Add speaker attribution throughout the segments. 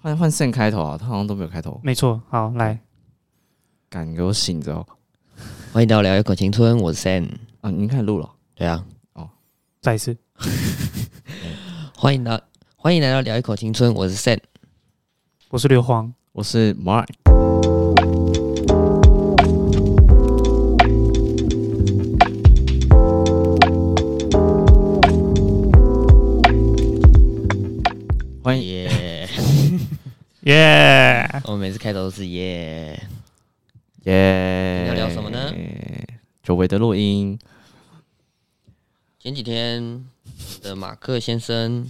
Speaker 1: 换换肾开头啊，他好像都没有开头。
Speaker 2: 没错，好来，
Speaker 1: 敢给我醒着哦！
Speaker 3: 欢迎到聊一口青春，我是 Sam。
Speaker 1: 啊，您看录了哦，
Speaker 3: 对啊，
Speaker 2: 再一次，
Speaker 3: 欢迎到欢迎来到聊一口青春，我是 Sam。
Speaker 2: 我是刘荒。
Speaker 1: 我是 Mark。欢迎
Speaker 3: 耶！
Speaker 2: 耶、
Speaker 3: 我们每次开头都是耶、
Speaker 1: 耶！
Speaker 3: 要聊什么呢？
Speaker 1: 久违的录音，
Speaker 3: 前几天我的马克先生，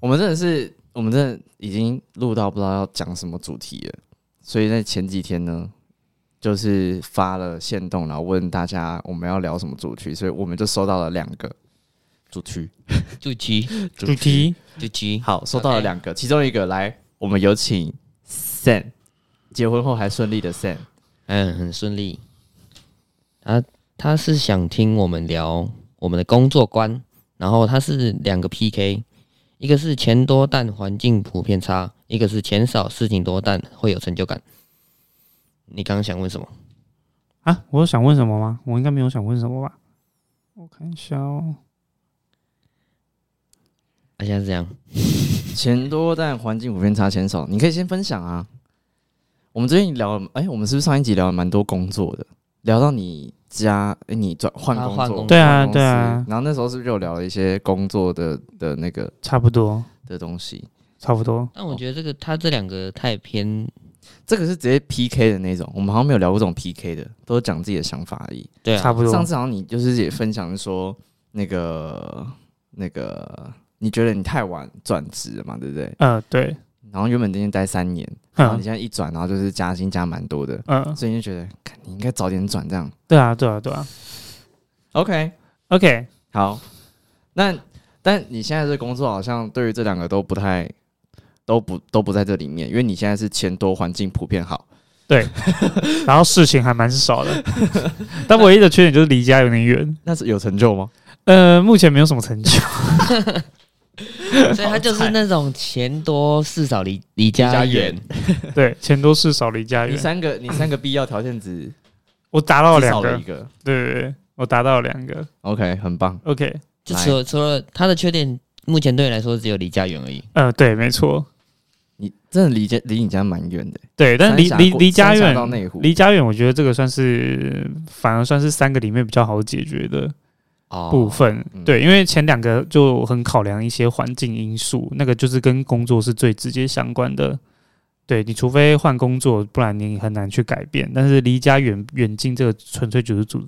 Speaker 1: 我们真的是，我们真的已经录到不知道要讲什么主题了，所以在前几天呢，就是发了线动，然后问大家我们要聊什么主题，所以我们就收到了两个主题，
Speaker 3: 主题
Speaker 2: 主题
Speaker 3: 主题，
Speaker 1: 好，收到了两个，其中一个来，我们有请 Sam，结婚后还顺利的 Sam，
Speaker 3: 嗯，很顺利。他他是想听我们聊我们的工作观，然后他是两个 PK，一个是钱多但环境普遍差，一个是钱少事情多但会有成就感。你刚刚想问什么？
Speaker 2: 啊，我有想问什么吗？我应该没有想问什么吧？我看一下哦。
Speaker 3: 啊，现在是这样。
Speaker 1: 钱多但环境普遍差，钱少，你可以先分享啊。我们最近聊了，哎、我们是不是上一集聊了蛮多工作的？聊到你家，哎、你转换
Speaker 3: 啊
Speaker 1: 工
Speaker 3: 换
Speaker 1: 作
Speaker 3: 工，
Speaker 2: 对啊，
Speaker 1: 公司
Speaker 2: 对啊，
Speaker 1: 然后那时候是不是有聊了一些工作的的那个
Speaker 2: 差不多，
Speaker 1: 的东西？
Speaker 2: 差不多。
Speaker 3: 但我觉得这个他这两个太偏，
Speaker 1: 这个是直接 PK 的那种，我们好像没有聊过这种 PK 的，都是讲自己的想法而已。
Speaker 3: 对
Speaker 2: 差
Speaker 3: 啊，
Speaker 2: 不多。
Speaker 1: 上次好像你就是也分享说，那个那个，你觉得你太晚转职了嘛，对不对？
Speaker 2: 呃，对，
Speaker 1: 然后原本今天待三年，然后你
Speaker 2: 嗯
Speaker 1: 现在一转，然后就是加薪加蛮多的，
Speaker 2: 嗯，
Speaker 1: 所以你就觉得，看你应该早点转这样。
Speaker 2: 对啊，对啊，对啊。
Speaker 1: OK，
Speaker 2: OK，
Speaker 1: 好，那但你现在这工作好像对于这两个都不太，都不都不在这里面，因为你现在是钱多，环境普遍好。
Speaker 2: 然后事情还蛮少的， 但唯一的缺点就是离家有点远。
Speaker 1: 那是有成就吗？
Speaker 2: 呃，目前没有什么成就。
Speaker 3: 所以他就是那种钱多事少离离家远
Speaker 1: 离，
Speaker 2: 对，钱多事少，离家
Speaker 1: 你
Speaker 2: 远。
Speaker 1: 三个，你三个必要条件只
Speaker 2: 我达到了
Speaker 1: 至少
Speaker 2: 哦两个
Speaker 1: 了一，个。
Speaker 2: 对对对，我达到了两个。
Speaker 1: OK，很棒。
Speaker 2: OK，
Speaker 3: 就除了除了他的缺点，目前对你来说只有离家远而已。
Speaker 2: 呃，对，没错，
Speaker 1: 你真的离家离你家蛮远的，
Speaker 2: 对，但离
Speaker 1: 三峡
Speaker 2: 离
Speaker 1: 过
Speaker 2: 离家
Speaker 1: 三峡
Speaker 2: 远，
Speaker 1: 到内湖，
Speaker 2: 离家远，我觉得这个算是反而算是三个里面比较好解决的
Speaker 3: 哦
Speaker 2: 部分。
Speaker 1: 嗯
Speaker 2: 对，因为前两个就很考量一些环境因素，那个就是跟工作是最直接相关的。对你，除非换工作，不然你很难去改变。但是离家远远近，这个纯粹就是主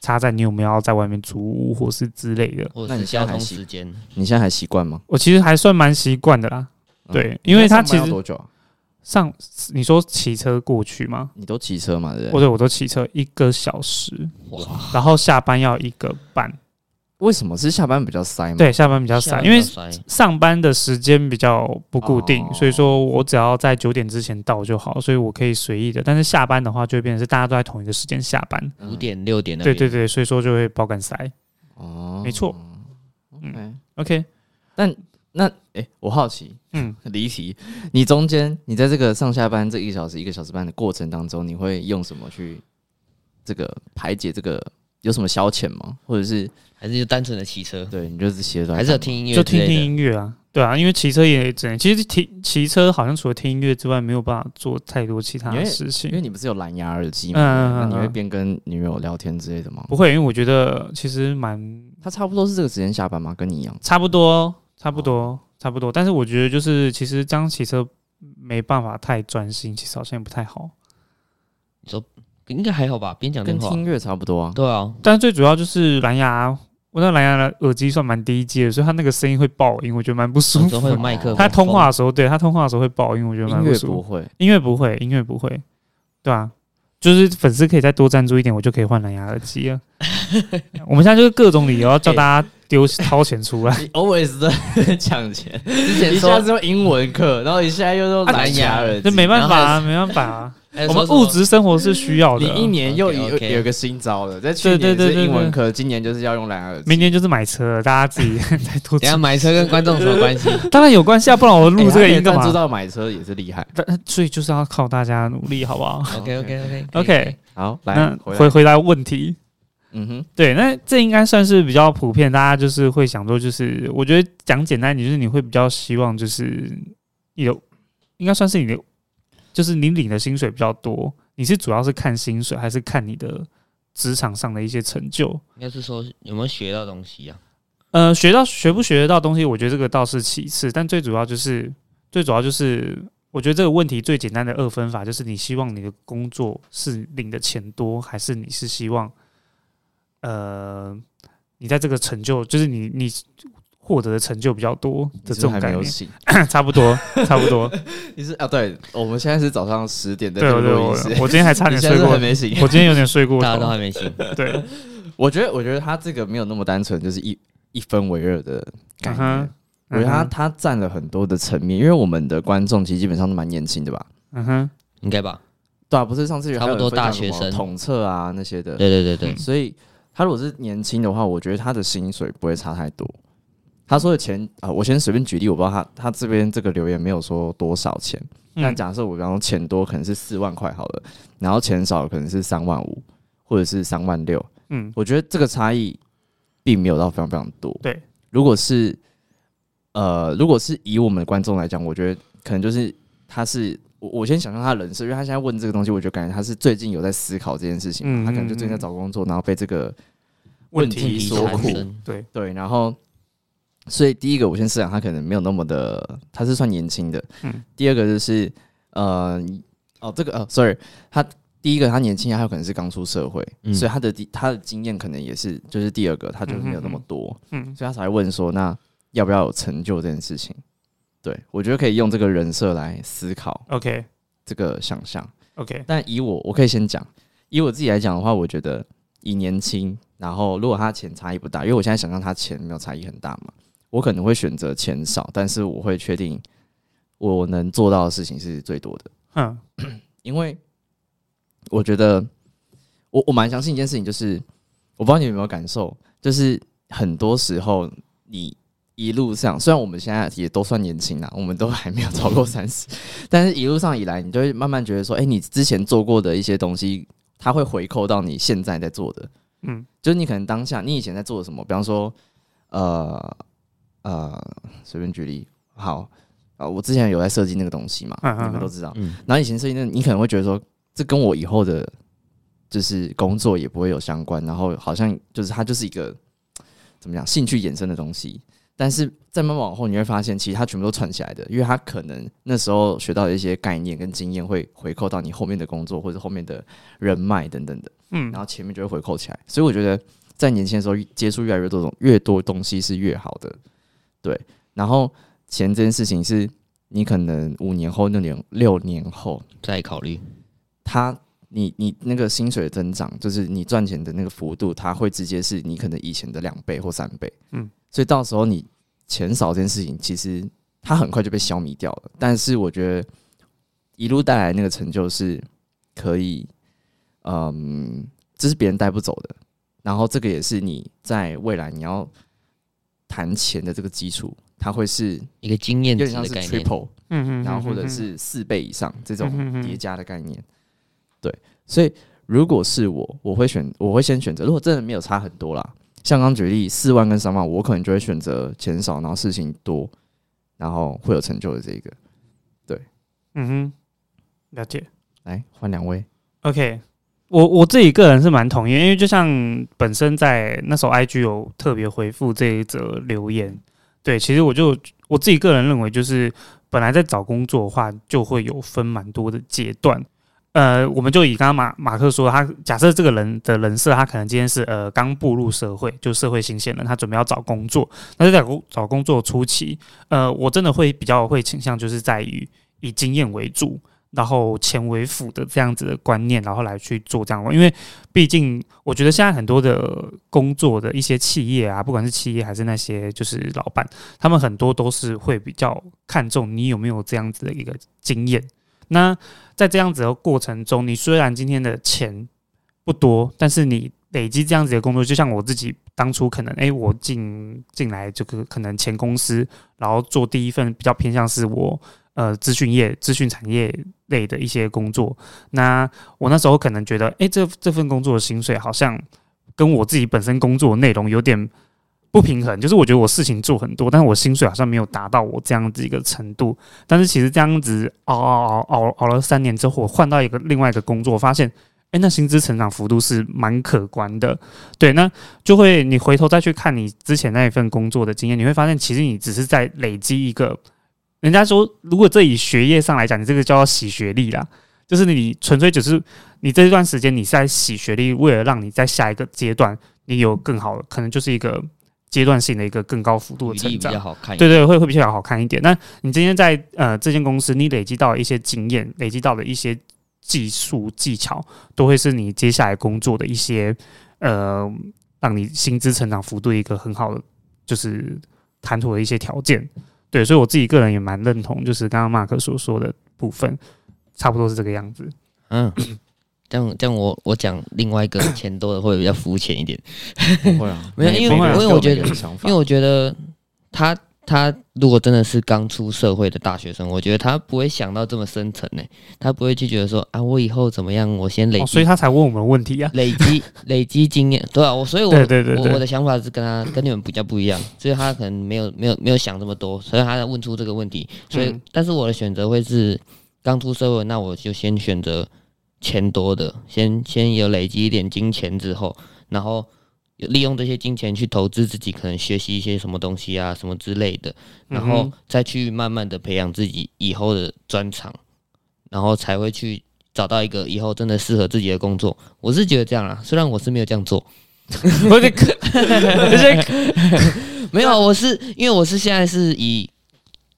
Speaker 2: 差在你有没有要在外面租屋或是之类的。
Speaker 3: 或
Speaker 1: 那
Speaker 3: 者
Speaker 1: 你
Speaker 3: 是
Speaker 1: 现在
Speaker 3: 交
Speaker 1: 还
Speaker 3: 通
Speaker 1: 习
Speaker 3: 时间，
Speaker 1: 你现在还习惯吗？
Speaker 2: 我其实还算蛮习惯的啦。
Speaker 1: 嗯
Speaker 2: 对，因为
Speaker 1: 你
Speaker 2: 他
Speaker 1: 上班
Speaker 2: 其
Speaker 1: 要
Speaker 2: 实
Speaker 1: 多久啊？
Speaker 2: 上你说骑车过去吗？
Speaker 1: 你都骑车嘛，对不
Speaker 2: 我
Speaker 1: 对？
Speaker 2: 对我都骑车一个小时，
Speaker 3: 哇，
Speaker 2: 然后下班要一个半。
Speaker 1: 为什么是下班比较塞吗？
Speaker 2: 对，下班比较
Speaker 3: 下
Speaker 2: 散，
Speaker 3: 班
Speaker 2: 因为
Speaker 3: 比较塞
Speaker 2: 上班的时间比较不固定，
Speaker 1: 哦
Speaker 2: 所以说我只要在九点之前到就好，所以我可以随意的。但是下班的话，就会变成是大家都在同一个时间下班。
Speaker 1: 嗯，
Speaker 3: 五点六点那
Speaker 2: 对
Speaker 3: 边
Speaker 2: 对对，所以说就会爆肝塞。
Speaker 1: 哦
Speaker 2: 没错。
Speaker 1: OK，
Speaker 2: OK，
Speaker 1: 那诶，我好奇，
Speaker 2: 嗯，
Speaker 1: 离题，你中间你在这个上下班这一个小时、一个小时半的过程当中，你会用什么去这个排解这个？有什么消遣吗？或者是
Speaker 3: 还是就单纯的骑车，
Speaker 1: 对你就是写短，
Speaker 3: 还是有听音乐
Speaker 2: 就
Speaker 3: 之
Speaker 2: 听
Speaker 3: 类
Speaker 2: 听
Speaker 3: 的。
Speaker 2: 音乐啊，对啊，因为骑车也只能，其实骑骑车好像除了听音乐之外，没有办法做太多其他
Speaker 1: 因
Speaker 2: 的
Speaker 1: 为
Speaker 2: 事情
Speaker 1: 因为。你不是有蓝牙耳机
Speaker 2: 嗯嗯
Speaker 1: 嘛，那
Speaker 2: 嗯
Speaker 1: 你会
Speaker 2: 嗯
Speaker 1: 边跟女友聊天之类的吗？
Speaker 2: 不会，因为我觉得其实蛮
Speaker 1: 他差不多是这个时间下班吗？跟你一样，
Speaker 2: 差不多，差不多，差不多。但是我觉得就是其实这样骑车没办法太专心，其实好像也不太好。
Speaker 3: 你说应该还好吧？边讲
Speaker 1: 跟
Speaker 3: 电话
Speaker 1: 听，音乐差不多啊。
Speaker 3: 对啊，
Speaker 2: 但最主要就是蓝牙，我那蓝牙的耳机算蛮低阶的，所以它那个声音会爆音，我觉得蛮不舒
Speaker 3: 有时候
Speaker 2: 服
Speaker 3: 哦会有
Speaker 2: 的。
Speaker 3: 麦克 风。
Speaker 2: 它通话的时候，对它通话的时候会爆音，我觉得蛮
Speaker 1: 音
Speaker 2: 不
Speaker 1: 乐
Speaker 2: 舒
Speaker 1: 不
Speaker 2: 服。
Speaker 1: 会，
Speaker 2: 音乐不会，音乐不会，对啊，就是粉丝可以再多赞助一点，我就可以换蓝牙耳机了。我们现在就是各种理由要叫大家丢掏钱出来。
Speaker 1: 你 always 在 抢钱，
Speaker 3: 之
Speaker 1: 一
Speaker 3: 前
Speaker 1: 下
Speaker 3: 说
Speaker 1: 子用英文课，然后一下又用
Speaker 3: 啊
Speaker 1: 蓝牙耳机，
Speaker 2: 这没办法
Speaker 3: 然
Speaker 2: 啊，没办法啊，
Speaker 3: 还有
Speaker 2: 我
Speaker 3: 哎说
Speaker 2: 们
Speaker 3: 什么
Speaker 2: 物质生活是需要
Speaker 1: 你
Speaker 2: 的。啊
Speaker 1: 一年又有
Speaker 3: OK，OK
Speaker 1: 有一个新招了，在去
Speaker 2: 对
Speaker 1: 年
Speaker 2: 对对
Speaker 1: 是
Speaker 2: 对
Speaker 1: 英文
Speaker 2: 对
Speaker 1: 课，今年就是要用蓝牙耳机。
Speaker 2: 明年就是买车了，大家 自己再多
Speaker 3: 等一下
Speaker 2: 吃。
Speaker 3: 买车跟观众什么关系？
Speaker 2: 当然有关系啊，不然我
Speaker 1: 哎
Speaker 2: 录这个音干
Speaker 1: 知
Speaker 2: 嘛？
Speaker 1: 道买车也是厉害。
Speaker 2: 但 所以就是要靠大家努力，好不好？
Speaker 3: OK OK
Speaker 2: OK
Speaker 1: 好，来
Speaker 2: 那
Speaker 1: 回
Speaker 2: 回
Speaker 1: 来，
Speaker 2: 回答问题，
Speaker 1: 嗯哼，
Speaker 2: 对，那这应该算是比较普遍，大家就是会想说，就是我觉得讲简单一点，就是你会比较希望就是有，应该算是你的，就是你领的薪水比较多，你是主要是看薪水，还是看你的职场上的一些成就？
Speaker 3: 应该是说有没有学到东西啊？
Speaker 2: 呃，学到学不学得到东西，我觉得这个倒是其次，但最主要就是最主要就是，我觉得这个问题最简单的二分法就是，你希望你的工作是领的钱多，还是你是希望，呃，你在这个成就，就是你你获得的成就比较多
Speaker 1: 你
Speaker 2: 的这
Speaker 1: 是不是
Speaker 2: 种
Speaker 1: 还
Speaker 2: 概
Speaker 1: 没有
Speaker 2: 念，
Speaker 1: 醒。
Speaker 2: 差不多，差不 多。
Speaker 1: 你是啊？对，我们现在是早上十点在
Speaker 2: 对
Speaker 1: 这
Speaker 2: 对
Speaker 1: 个
Speaker 2: 对，
Speaker 1: 录
Speaker 2: 我
Speaker 1: 音室，
Speaker 2: 我今天还差
Speaker 1: 你
Speaker 2: 点
Speaker 1: 现在
Speaker 2: 睡
Speaker 1: 是
Speaker 2: 过
Speaker 1: 还，没醒。
Speaker 2: 我今天有点睡过
Speaker 3: 大家都
Speaker 2: 头，
Speaker 3: 还没醒，
Speaker 2: 对，
Speaker 1: 我觉得，我觉得他这个没有那么单纯，就是一一分为二的概念。
Speaker 2: 嗯哼，
Speaker 1: 我觉得他
Speaker 2: 嗯哼
Speaker 1: 他占了很多的层面，因为我们的观众其实基本上都蛮年轻的吧？
Speaker 2: 嗯哼，
Speaker 3: 应该吧？
Speaker 1: 对啊，不是上次有
Speaker 3: 差不
Speaker 1: 还
Speaker 3: 多
Speaker 1: 有分享
Speaker 3: 大学
Speaker 1: 什么
Speaker 3: 生
Speaker 1: 统测啊那些的，
Speaker 3: 对对对对，
Speaker 1: 所以他如果是年轻的话，我觉得他的薪水不会差太多。他说的钱啊、我先随便举例，我不知道他他这边这个留言没有说多少钱。那
Speaker 2: 嗯
Speaker 1: 假设我比方说钱多可能是四万块好了，然后钱少可能是三万五或者是三万六，
Speaker 2: 嗯
Speaker 1: 我觉得这个差异并没有到非常非常多。
Speaker 2: 对，
Speaker 1: 如果是呃，如果是以我们的观众来讲，我觉得可能就是他是我我先想象他的人设，因为他现在问这个东西，我就感觉他是最近有在思考这件事情嘛，
Speaker 2: 嗯
Speaker 1: 他可能就最近在找工作，然后被这个
Speaker 2: 问
Speaker 1: 问题
Speaker 2: 题
Speaker 1: 所
Speaker 2: 所
Speaker 1: 苦
Speaker 2: 苦，对，
Speaker 1: 对，然后，所以第一个我先试想，他可能没有那么的，他是算年轻的。
Speaker 2: 嗯
Speaker 1: 第二个就是，呃，哦，这个呃，sorry，他第一个他年轻，他有可能是刚出社会，
Speaker 3: 嗯
Speaker 1: 所以他的第他的经验可能也是，就是第二个他就是没有那么多，
Speaker 2: 嗯
Speaker 1: 所以他才会问说，那要不要有成就这件事情？对我觉得可以用这个人设来思考
Speaker 2: ，OK
Speaker 1: 这个想象。
Speaker 2: OK，
Speaker 1: 但以我，我可以先讲，以我自己来讲的话，我觉得以年轻，然后如果他钱差异不大，因为我现在想象他钱没有差异很大嘛，我可能会选择钱少，但是我会确定我能做到的事情是最多的，
Speaker 2: 嗯
Speaker 1: 因为我觉得我我蛮相信一件事情，就是我不知道你有没有感受，就是很多时候你。一路上，虽然我们现在也都算年轻啦，我们都还没有超过三十，但是一路上以来，你就会慢慢觉得说，哎、你之前做过的一些东西，它会回扣到你现在在做的。
Speaker 2: 嗯
Speaker 1: 就是你可能当下你以前在做什么，比方说，呃呃，随便举例，好，呃，我之前有在设计那个东西嘛，
Speaker 2: 嗯嗯
Speaker 1: 你们都知道。
Speaker 3: 嗯，
Speaker 1: 然后以前设计那个，你可能会觉得说，这跟我以后的，就是工作也不会有相关，然后好像就是它就是一个怎么讲兴趣衍生的东西。但是再慢慢往后，你会发现，其实它全部都串起来的，因为它可能那时候学到的一些概念跟经验，会回扣到你后面的工作或者后面的人脉等等的。
Speaker 2: 嗯
Speaker 1: 然后前面就会回扣起来。所以我觉得在年轻的时候接触越来越多种越多东西是越好的，对。然后钱这件事情是你可能五年后、六年六年后，
Speaker 3: 再考虑。
Speaker 1: 它你你那个薪水的增长，就是你赚钱的那个幅度，它会直接是你可能以前的两倍或三倍，
Speaker 2: 嗯
Speaker 1: 嗯。所以到时候你钱少这件事情，其实它很快就被消弭掉了。但是我觉得一路带来那个成就是可以，嗯，这是别人带不走的。然后这个也是你在未来你要谈钱的这个基础，它会是
Speaker 3: 一个经验
Speaker 1: 有
Speaker 3: 值
Speaker 1: 点像
Speaker 3: 的
Speaker 1: 是
Speaker 3: 概念，
Speaker 1: triple，
Speaker 2: 嗯嗯，
Speaker 1: 然后或者
Speaker 2: 嗯
Speaker 1: 是四倍以上这
Speaker 2: 嗯哼
Speaker 1: 种
Speaker 2: 哼
Speaker 1: 叠加的概念。对，所以如果是我，我会选，我会先选择。如果真的没有差很多啦，像刚举例四万跟三万，我可能就会选择钱少，然后事情多，然后会有成就的这一个。
Speaker 2: 嗯哼，了解。
Speaker 1: 来换两位，
Speaker 2: OK，我我自己个人是蛮同意，因为就像本身在那时候 IG 有特别回复这一则留言，对，其实我就我自己个人认为，就是本来在找工作的话，就会有分蛮多的阶段。呃，我们就以刚刚马马克说，他假设这个人的人设，他可能今天是呃刚步入社会，就社会新鲜人，他准备要找工作。那在找工找工作初期，呃，我真的会比较会倾向就是在于以经验为主，然后钱为辅的这样子的观念，然后来去做这样的，因为毕竟我觉得现在很多的工作的一些企业啊，不管是企业还是那些就是老板，他们很多都是会比较看重你有没有这样子的一个经验，那在这样子的过程中，你虽然今天的钱不多，但是你累积这样子的工作，就像我自己当初可能，哎、我进进来这个可能前公司，然后做第一份比较偏向是我呃资讯业、资讯产业类的一些工作。那我那时候可能觉得，哎、这这份工作的薪水好像跟我自己本身工作的内容有点不平衡，就是我觉得我事情做很多，但是我薪水好像没有达到我这样子一个程度。但是其实这样子熬熬熬熬熬了三年之后，我换到一个另外一个工作，发现。哎，那薪资成长幅度是蛮可观的，对，那就会你回头再去看你之前那一份工作的经验，你会发现其实你只是在累积一个，人家说如果这以学业上来讲，你这个叫洗学历啦，就是你纯粹只是你这段时间你是在洗学历，为了让你在下一个阶段你有更好的，可能就是一个阶段性的一个更高幅度的
Speaker 3: 履历
Speaker 2: 成
Speaker 3: 比
Speaker 2: 长
Speaker 3: 较。好看一点。
Speaker 2: 对对，会会比较好看一点。那你今天在呃这间公司，你累积到一些经验，累积到的一些技术技巧，都会是你接下来工作的一些呃，让你薪资成长幅度一个很好的就是谈吐的一些条件。对，所以我自己个人也蛮认同，就是刚刚马克所说的部分，差不多是这个样子。
Speaker 3: 嗯， 这样这样我我讲另外一个钱多的会比较肤 浅一点，
Speaker 1: 不会 啊，
Speaker 3: 没有
Speaker 1: 每
Speaker 3: 因
Speaker 2: 为
Speaker 1: 每个人
Speaker 2: 因为
Speaker 1: 都有
Speaker 3: 我觉
Speaker 1: 每个
Speaker 3: 得
Speaker 1: 人的想法
Speaker 3: 因为我觉得他他如果真的是刚出社会的大学生，我觉得他不会想到这么深层呢、欸他不会去觉得说啊，我以后怎么样，我先累
Speaker 2: 哦，
Speaker 3: 积、
Speaker 2: 所以他才问我们问题啊。
Speaker 3: 累积累积经验，对啊，我所以我
Speaker 2: 对对对
Speaker 3: 我
Speaker 2: 对
Speaker 3: 我的想法是跟他 跟你们比较不一样，所以他可能没有没有没有想这么多，所以他才问出这个问题，所以、
Speaker 2: 嗯
Speaker 3: 但是我的选择会是刚出社会，那我就先选择钱多的，先先有累积一点金钱之后，然后有利用这些金钱去投资自己，可能学习一些什么东西啊什么之类的，然
Speaker 2: 嗯
Speaker 3: 后
Speaker 2: 哼
Speaker 3: 再去慢慢的培养自己以后的专长，然后才会去找到一个以后真的适合自己的工作。我是觉得这样啦，虽然我是没有这样做，
Speaker 2: 我这个
Speaker 3: 没有，我是因为我是现在是以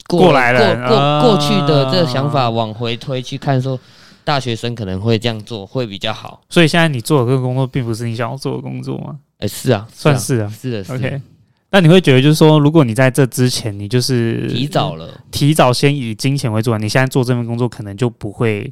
Speaker 2: 过来人
Speaker 3: 过过
Speaker 2: 啊
Speaker 3: 过去的这个想法往回推去看，说大学生可能会这样做会比较好。
Speaker 2: 所以现在你做的这个工作，并不是你想要做的工作吗？
Speaker 3: 哎、是啊，
Speaker 2: 算
Speaker 3: 啊
Speaker 2: 是啊。
Speaker 3: 是的，是的
Speaker 2: OK，那你会觉得就是说，如果你在这之前，你就是
Speaker 3: 提早了。
Speaker 2: 提早先以金钱为主，啊你现在做这份工作可能就不会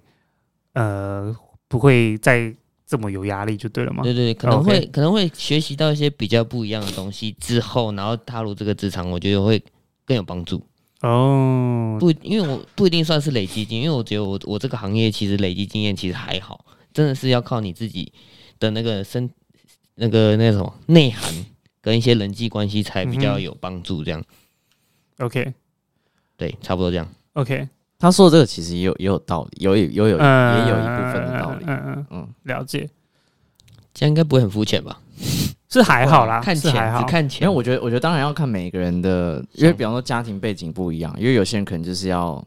Speaker 2: 呃不会再这么有压力，就对了嘛。
Speaker 3: 对对，对可能会
Speaker 2: OK
Speaker 3: 可能会学习到一些比较不一样的东西之后，然后踏入这个职场，我觉得会更有帮助。
Speaker 2: 哦，
Speaker 3: 不，因为我不一定算是累积经验，因为我觉得我我这个行业其实累积经验其实还好，真的是要靠你自己的那个身那个那什么内涵跟一些人际关系才比
Speaker 2: 嗯
Speaker 3: 较
Speaker 2: 哼
Speaker 3: 有帮助。这样、
Speaker 2: OK
Speaker 3: 对，差不多这样。
Speaker 2: OK，
Speaker 1: 他说的这个其实也有也有道理，有有有有
Speaker 2: 嗯，
Speaker 1: 也有一部分的道理。
Speaker 2: 嗯嗯，
Speaker 1: 嗯，
Speaker 2: 了解，
Speaker 3: 这样应该不会很肤浅吧？
Speaker 2: 是还好啦，
Speaker 3: 看
Speaker 2: 是
Speaker 3: 钱
Speaker 2: 还好
Speaker 3: 只，看
Speaker 1: 因为
Speaker 3: 钱。
Speaker 1: 我觉得，我觉得当然要看每个人的，因为比方说家庭背景不一样，因为有些人可能就是要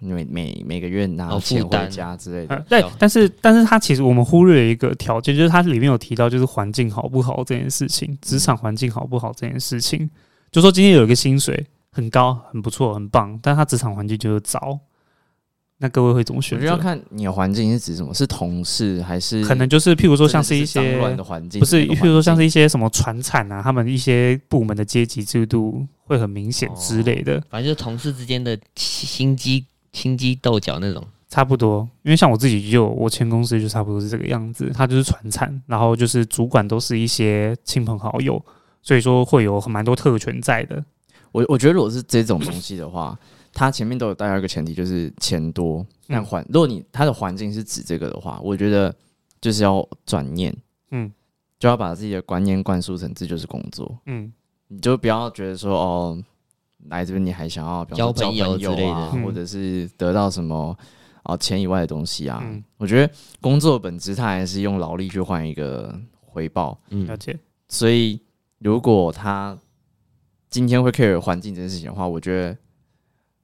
Speaker 1: 每每每个月拿
Speaker 3: 哦
Speaker 1: 钱
Speaker 3: 负
Speaker 1: 回
Speaker 3: 担
Speaker 1: 家之类的。
Speaker 2: 嗯，对
Speaker 3: 小，
Speaker 2: 但是但是它其实我们忽略了一个条件，就是它里面有提到就是环境好不好这件事情，职
Speaker 1: 嗯
Speaker 2: 场环境好不好这件事情，就说今天有一个薪水很高、很不错、很棒，但他职场环境就是糟，那各位会怎么
Speaker 1: 我
Speaker 2: 选
Speaker 1: 觉得要
Speaker 2: 择？
Speaker 1: 看你的环境是指什么，是同事还是
Speaker 2: 可能就是譬如说像
Speaker 1: 真
Speaker 2: 一
Speaker 1: 的脏
Speaker 2: 些
Speaker 1: 乱的环境，
Speaker 2: 不是，
Speaker 1: 那个
Speaker 2: 譬如说像是
Speaker 1: 环
Speaker 2: 一些什么传产啊，他们一些部门的阶级制度会很明
Speaker 1: 哦
Speaker 2: 显之类的，
Speaker 3: 反正就是同事之间的心机心机斗角那种。
Speaker 2: 差不多，因为像我自己就有我前公司就差不多是这个样子，他就是传产，然后就是主管都是一些亲朋好友，所以说会有蛮多特权在的。
Speaker 1: 境我我觉得如果是这种东西的话，它前面都有带到一个前提，就是钱
Speaker 2: 嗯
Speaker 1: 多。但环，如果你它的环境是指这个的话，我觉得就是要转念，
Speaker 2: 嗯
Speaker 1: 就要把自己的观念灌输成这就是工作，
Speaker 2: 嗯，
Speaker 1: 你就不要觉得说哦，来这边你还想要比方说
Speaker 3: 交朋友
Speaker 1: 交
Speaker 3: 之类的
Speaker 1: 啊
Speaker 2: 嗯
Speaker 1: 或者是得到什么啊、哦钱以外的东西啊。
Speaker 2: 嗯
Speaker 1: 我觉得工作本质它还是用劳力去换一个回报，
Speaker 2: 了
Speaker 3: 嗯，
Speaker 2: 解。
Speaker 1: 所以如果他今天会 care 环境这件事情的话，我觉得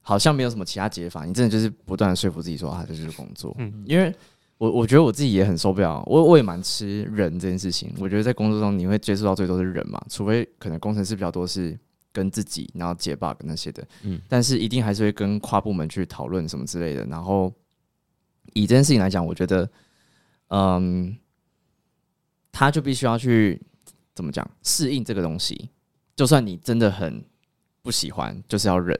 Speaker 1: 好像没有什么其他解法，你真的就是不断的说服自己说啊，这就是工作，
Speaker 2: 嗯
Speaker 1: 因为。我我觉得我自己也很受不了，我我也蛮吃人这件事情。我觉得在工作中你会接触到最多是人嘛，除非可能工程师比较多是跟自己，然后解 bug 那些的，
Speaker 3: 嗯
Speaker 1: 但是一定还是会跟跨部门去讨论什么之类的。然后以这件事情来讲，我觉得，嗯，他就必须要去怎么讲适应这个东西，就算你真的很不喜欢，就是要忍。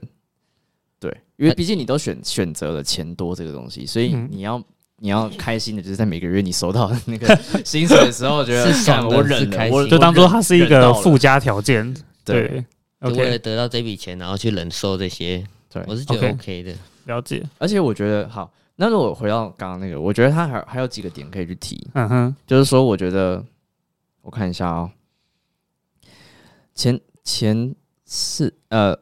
Speaker 1: 对，因为毕竟你都选选择了钱多这个东西，所以
Speaker 2: 嗯
Speaker 1: 你要你要开心的，就是在每个月你收到那 个薪水的时候，觉得
Speaker 3: 是
Speaker 1: 干
Speaker 3: 爽的
Speaker 1: 我
Speaker 3: 是
Speaker 1: 忍了
Speaker 3: 开，
Speaker 1: 我
Speaker 3: 心的
Speaker 2: 就当做它是一
Speaker 1: 忍到
Speaker 2: 个
Speaker 1: 了
Speaker 2: 附加条件。
Speaker 1: 对
Speaker 2: 对
Speaker 3: 就为
Speaker 2: ，OK，
Speaker 3: 了得到这笔钱，然后去忍受这些，
Speaker 1: 对
Speaker 3: 我是觉得
Speaker 2: OK
Speaker 3: OK 的。
Speaker 2: 了解。
Speaker 1: 而且我觉得好，那如果回到刚刚那个，我觉得他还还有几个点可以去提，
Speaker 2: 嗯哼，
Speaker 1: 就是说，我觉得我看一下哦，钱钱是呃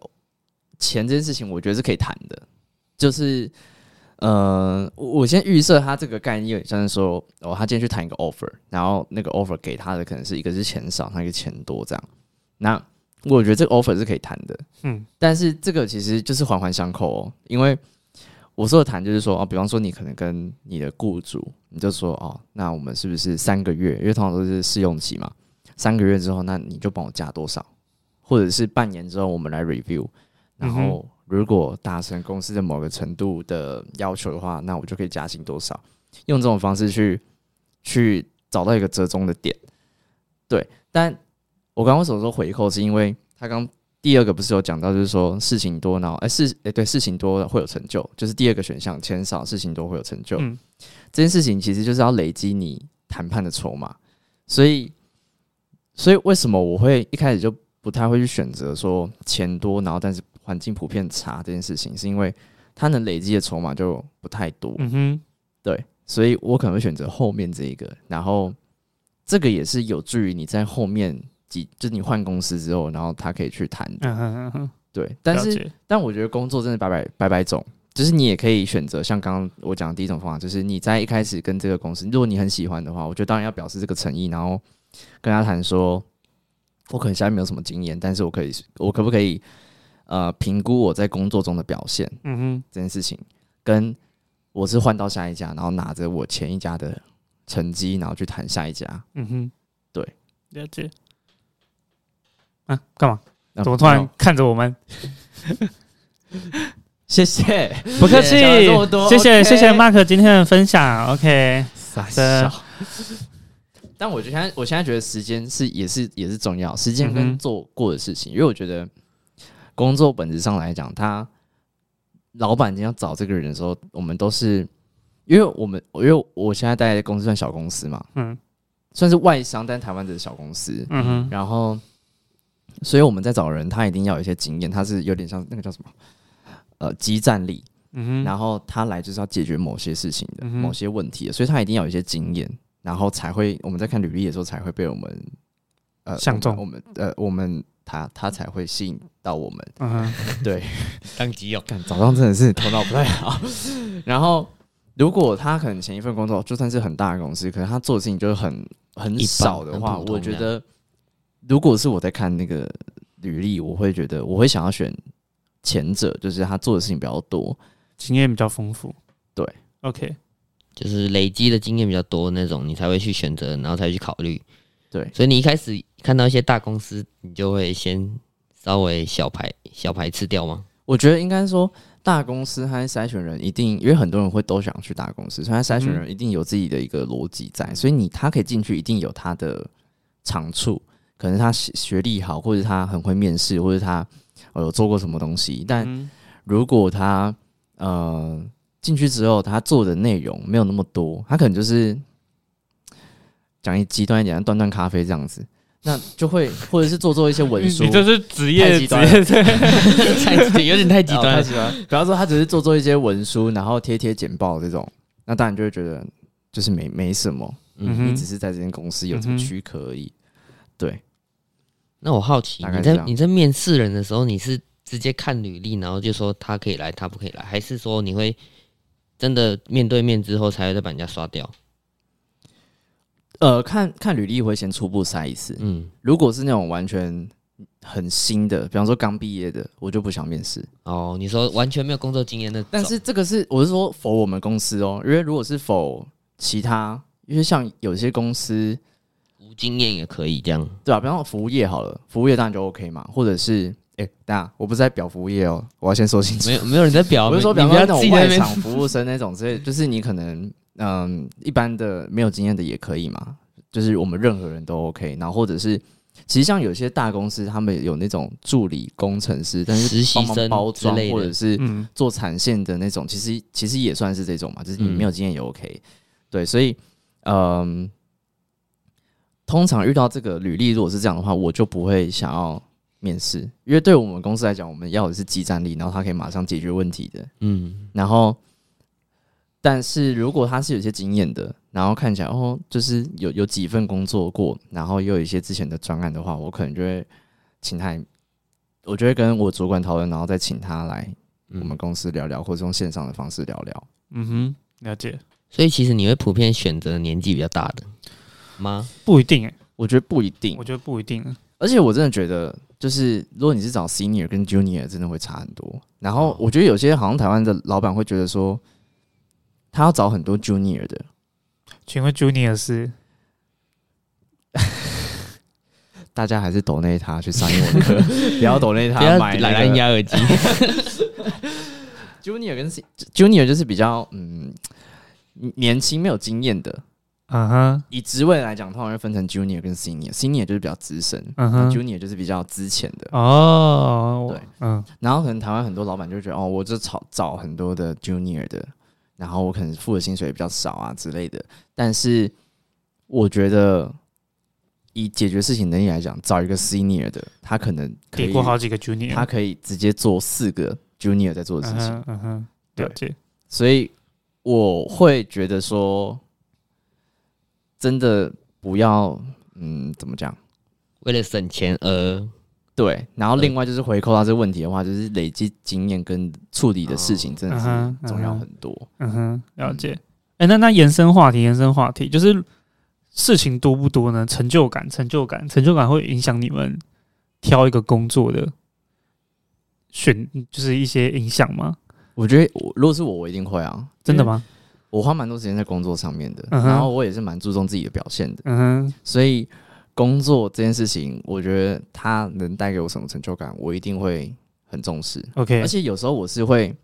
Speaker 1: 钱这件事情，我觉得是可以谈的，就是呃，我我先预设他这个概念有点像是说，哦，他今天去谈一个 offer，然后那个 offer 给他的可能是一个是钱少，那一个钱多这样，那我觉得这个 offer 是可以谈的，
Speaker 2: 嗯，
Speaker 1: 但是这个其实就是环环相扣哦，因为我说的谈就是说，哦，比方说你可能跟你的雇主，你就说，哦，那我们是不是三个月？因为通常都是试用期嘛，三个月之后，那你就帮我加多少，或者是半年之后我们来 review，然后如果达成公司的某个程度的要求的话，那我就可以加薪多少，用这种方式去去找到一个折中的点。对，但我刚刚为什么说回扣，是因为他刚第二个不是有讲到，就是说事情多，然后哎、事哎、对事情多会有成就，就是第二个选项，钱少事情多会有成就。
Speaker 2: 嗯
Speaker 1: 这件事情其实就是要累积你谈判的筹码，所以所以为什么我会一开始就不太会去选择说钱多，然后但是环境普遍差这件事情，是因为它能累积的筹码就不太多。
Speaker 2: 嗯哼，
Speaker 1: 对，所以我可能会选择后面这一个，然后这个也是有助于你在后面几，就是你换公司之后，然后他可以去谈。
Speaker 2: 嗯哼嗯哼，
Speaker 1: 对，但
Speaker 2: 了
Speaker 1: 是
Speaker 2: 解
Speaker 1: 但我觉得工作真的百百百百种，就是你也可以选择像刚刚我讲的第一种方法，就是你在一开始跟这个公司，如果你很喜欢的话，我觉得当然要表示这个诚意，然后跟他谈说，我可能现在没有什么经验，但是我可以，我可不可以呃评估我在工作中的表现？
Speaker 2: 嗯哼，
Speaker 1: 这件事情，跟我是换到下一家，然后拿着我前一家的成绩，然后去谈下一家。
Speaker 2: 嗯哼，
Speaker 1: 对，
Speaker 2: 了解。啊，干嘛？
Speaker 1: 那
Speaker 2: 怎么突然
Speaker 1: 没
Speaker 2: 看着我们？
Speaker 1: 有谢谢，
Speaker 2: 不客气
Speaker 1: 讲了这么多，
Speaker 2: 谢谢
Speaker 1: OK
Speaker 2: 谢谢 Mark 今天的分享，OK，
Speaker 1: 傻
Speaker 2: 的
Speaker 1: 笑。 但我觉得现在，我现在觉得时间是也是也是重要，时间
Speaker 2: 嗯
Speaker 1: 跟
Speaker 2: 哼
Speaker 1: 做过的事情，因为我觉得工作本质上来讲，他老板今天要找这个人的时候，我们都是因为我们因为我现在待的公司算小公司嘛，
Speaker 2: 嗯
Speaker 1: 算是外商，但台湾的小公司，
Speaker 2: 嗯哼，
Speaker 1: 然后，所以我们在找人，他一定要有一些经验，他是有点像那个叫什么，呃，激战力。
Speaker 2: 嗯哼，
Speaker 1: 然后他来就是要解决某些事情的、
Speaker 2: 嗯哼
Speaker 1: 某些问题的，所以他一定要有一些经验，然后才会我们在看履历的时候才会被我们呃
Speaker 2: 相中
Speaker 1: 我们我们呃我们他他才会吸引到我们。
Speaker 2: 嗯哼，
Speaker 1: 对，
Speaker 3: 当机哦，
Speaker 1: 干早上真的是头脑不太好。 然后，如果他可能前一份工作就算是很大的公司，可能他做的事情就是很很
Speaker 3: 一般
Speaker 1: 少的话，
Speaker 3: 很普通
Speaker 1: 我觉得如果是我在看那个履历，我会觉得我会想要选前者，就是他做的事情比较多。
Speaker 2: 经验比较丰富，
Speaker 1: 对
Speaker 2: ，OK，
Speaker 3: 就是累积的经验比较多那种，你才会去选择，然后才去考虑。
Speaker 1: 对
Speaker 3: 所以你一开始看到一些大公司，你就会先稍微小排小排斥掉吗？
Speaker 1: 我觉得应该说，大公司它在筛选人一定，因为很多人会都想去大公司，所以它筛选人一定有自己的一个逻辑在，所以你他可以进去，一定有他的长处，可能他学学历好，或者他很会面试，或者他呃有做过什么东西。但
Speaker 2: 嗯
Speaker 1: 如果他呃进去之后，他做的内容没有那么多，他可能就是讲一极端一点，端端咖啡这样子，那就会或者是做做一些文 书。
Speaker 2: 是职
Speaker 1: 太极端了
Speaker 2: 职业
Speaker 3: 有点太极
Speaker 1: 哦
Speaker 3: 端
Speaker 1: 太
Speaker 3: 了。
Speaker 1: 极端。比方说，他只是做做一些文书，然后贴贴简报这种，那当然就会觉得就是没没什么，
Speaker 2: 嗯
Speaker 1: 你
Speaker 2: 哼
Speaker 1: 只是在这间公司有这个躯壳而已。对，
Speaker 3: 那我好奇，
Speaker 1: 大概
Speaker 3: 你
Speaker 1: 是这
Speaker 3: 在
Speaker 1: 样
Speaker 3: 你在面试人的时候，你是直接看履历，然后就说他可以来，他不可以来，还是说你会真的面对面之后才会再把人家刷掉？
Speaker 1: 呃，看看履历会先初步筛一次，
Speaker 3: 嗯，
Speaker 1: 如果是那种完全很新的，比方说刚毕业的，我就不想面试。
Speaker 3: 哦，你说完全没有工作经验的，
Speaker 1: 但是这个是我是说否我们公司哦，因为如果是否其他，因为像有些公司
Speaker 3: 无经验也可以这样。
Speaker 1: 对吧、比方说服务业好了，服务业当然就 OK 嘛，或者是哎，等一下我不是在表服务业哦，我要先说清楚
Speaker 3: 没。有没有人在表啊，
Speaker 1: 我是说，
Speaker 3: 你
Speaker 1: 比
Speaker 3: 你
Speaker 1: 方
Speaker 3: 不
Speaker 1: 说那
Speaker 3: 要自己
Speaker 1: 种
Speaker 3: 在
Speaker 1: 外
Speaker 3: 那边
Speaker 1: 场服务生那种之类，就是你可能嗯，一般的没有经验的也可以嘛，就是我们任何人都 OK。然后或者是其实像有些大公司，他们有那种助理工程师，但是
Speaker 3: 实习
Speaker 1: 帮忙
Speaker 3: 生
Speaker 1: 包
Speaker 3: 之
Speaker 1: 装
Speaker 3: 类
Speaker 1: 或者
Speaker 3: 的，
Speaker 1: 是
Speaker 2: 嗯，
Speaker 1: 做产线的那种，其实其实也算是这种嘛，就是你
Speaker 3: 嗯
Speaker 1: 没有经验也 OK。对，所以嗯，通常遇到这个履历如果是这样的话，我就不会想要面试，因为对我们公司来讲，我们要的是即战力，然后他可以马上解决问题的。
Speaker 3: 嗯，
Speaker 1: 然后，但是如果他是有些经验的，然后看起来哦，就是有有几份工作过，然后又有一些之前的专案的话，我可能就会请他，我就会跟我主管讨论，然后再请他来我
Speaker 3: 嗯
Speaker 1: 们公司聊聊，或者用线上的方式聊聊。
Speaker 2: 嗯哼，了解，
Speaker 3: 所以其实你会普遍选择年纪比较大的吗？
Speaker 2: 不一定哎、
Speaker 1: 我觉得不一定
Speaker 2: 我，觉得不一定。啊
Speaker 1: 而且我真的觉得，就是如果你是找 senior 跟 junior，真的会差很多。然后我觉得有些好像台湾的老板会觉得说，他要找很多 junior 的，
Speaker 2: 请问 Junior 是
Speaker 1: 大家还是抖内他去上英文 课，不要抖内他
Speaker 3: 不要
Speaker 1: 买
Speaker 3: 蓝蓝
Speaker 1: 那个
Speaker 3: 牙耳机，
Speaker 1: Junior 跟 C- Junior 就是比较嗯年轻没有经验的。
Speaker 2: 嗯哼
Speaker 1: 以职位来讲，通常会分成 Junior 跟 Senior，Senior 就是比较资深、
Speaker 2: 嗯
Speaker 1: 然后
Speaker 2: 哼，
Speaker 1: 啊 Junior 就是比较之前的。
Speaker 2: 哦，我
Speaker 1: 对，
Speaker 2: 嗯
Speaker 1: 然后可能台湾很多老板就觉得哦，我就找找很多的 Junior 的，然后我可能付的薪水也比较少啊之类的。但是我觉得以解决事情能力来讲，找一个 Senior 的，他可能可
Speaker 2: 给
Speaker 1: 以
Speaker 2: 过好几个 Junior，
Speaker 1: 他可以直接做四个 junior 在做的
Speaker 2: 嗯
Speaker 1: 事情，
Speaker 2: 哼嗯哼，了解，
Speaker 1: 所以我会觉得说，真的不要，嗯，怎么讲？
Speaker 3: 为了省钱而
Speaker 1: 对，然后
Speaker 3: 对
Speaker 1: 另外就是回扣到这个问题的话，就是累积经验跟处理的事情真的
Speaker 2: 嗯
Speaker 1: 是
Speaker 2: 哼
Speaker 1: 重要
Speaker 2: 嗯哼
Speaker 1: 很多。
Speaker 2: 嗯哼，了解。哎、那那延伸话题，延伸话题就是事情多不多呢？成就感，成就感，成就感会影响你们挑一个工作的选，就是一些影响吗？
Speaker 1: 我觉得我如果是我，我一定会啊，
Speaker 2: 真的
Speaker 1: 因为
Speaker 2: 吗？
Speaker 1: 我花蛮多时间在工作上面的，
Speaker 2: 嗯哼
Speaker 1: 然后我也是蛮注重自己的表现的，
Speaker 2: 嗯哼，
Speaker 1: 所以工作这件事情，我觉得它能带给我什么成就感，我一定会很重视。
Speaker 2: ，OK，
Speaker 1: 而且有时候我是会，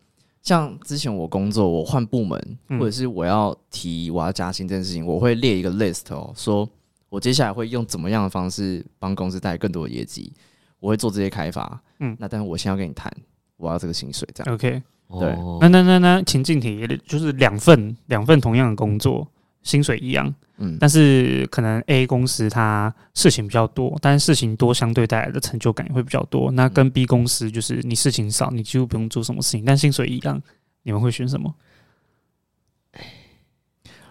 Speaker 1: 像之前我工作，我换部门，
Speaker 2: 嗯
Speaker 1: 或者是我要提我要加薪这件事情，我会列一个 list 哦，说我接下来会用怎么样的方式帮公司带来更多的业绩，我会做这些开发。嗯
Speaker 2: 嗯，
Speaker 1: 那但是我先要跟你谈，我要这个薪水这样。
Speaker 2: OK，
Speaker 1: 对
Speaker 3: 哦
Speaker 2: 那那那那情境题就是两份两份同样的工作，薪水一样，
Speaker 1: 嗯，
Speaker 2: 但是可能 A 公司它事情比较多，但是事情多相对带来的成就感也会比较多。那
Speaker 1: 嗯
Speaker 2: 跟 B 公司就是你事情少，你几乎不用做什么事情，但薪水一样，你们会选什么？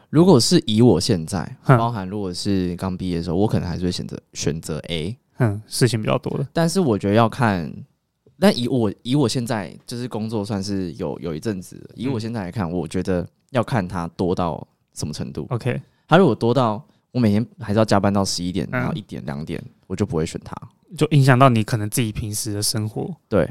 Speaker 1: 如果是以我现在，
Speaker 2: 哼
Speaker 1: 包含如果是刚毕业的时候，我可能还是会选择选择 A，
Speaker 2: 嗯，事情比较多的，
Speaker 1: 但是我觉得要看。但以我以我现在就是工作算是有有一阵子了，以我
Speaker 2: 嗯
Speaker 1: 现在来看，我觉得要看它多到什么程度。
Speaker 2: OK，
Speaker 1: 他如果多到我每天还是要加班到十一点，
Speaker 2: 嗯
Speaker 1: 然后一点两点，我就不会选他。
Speaker 2: 就影响到你可能自己平时的生活。
Speaker 1: 对，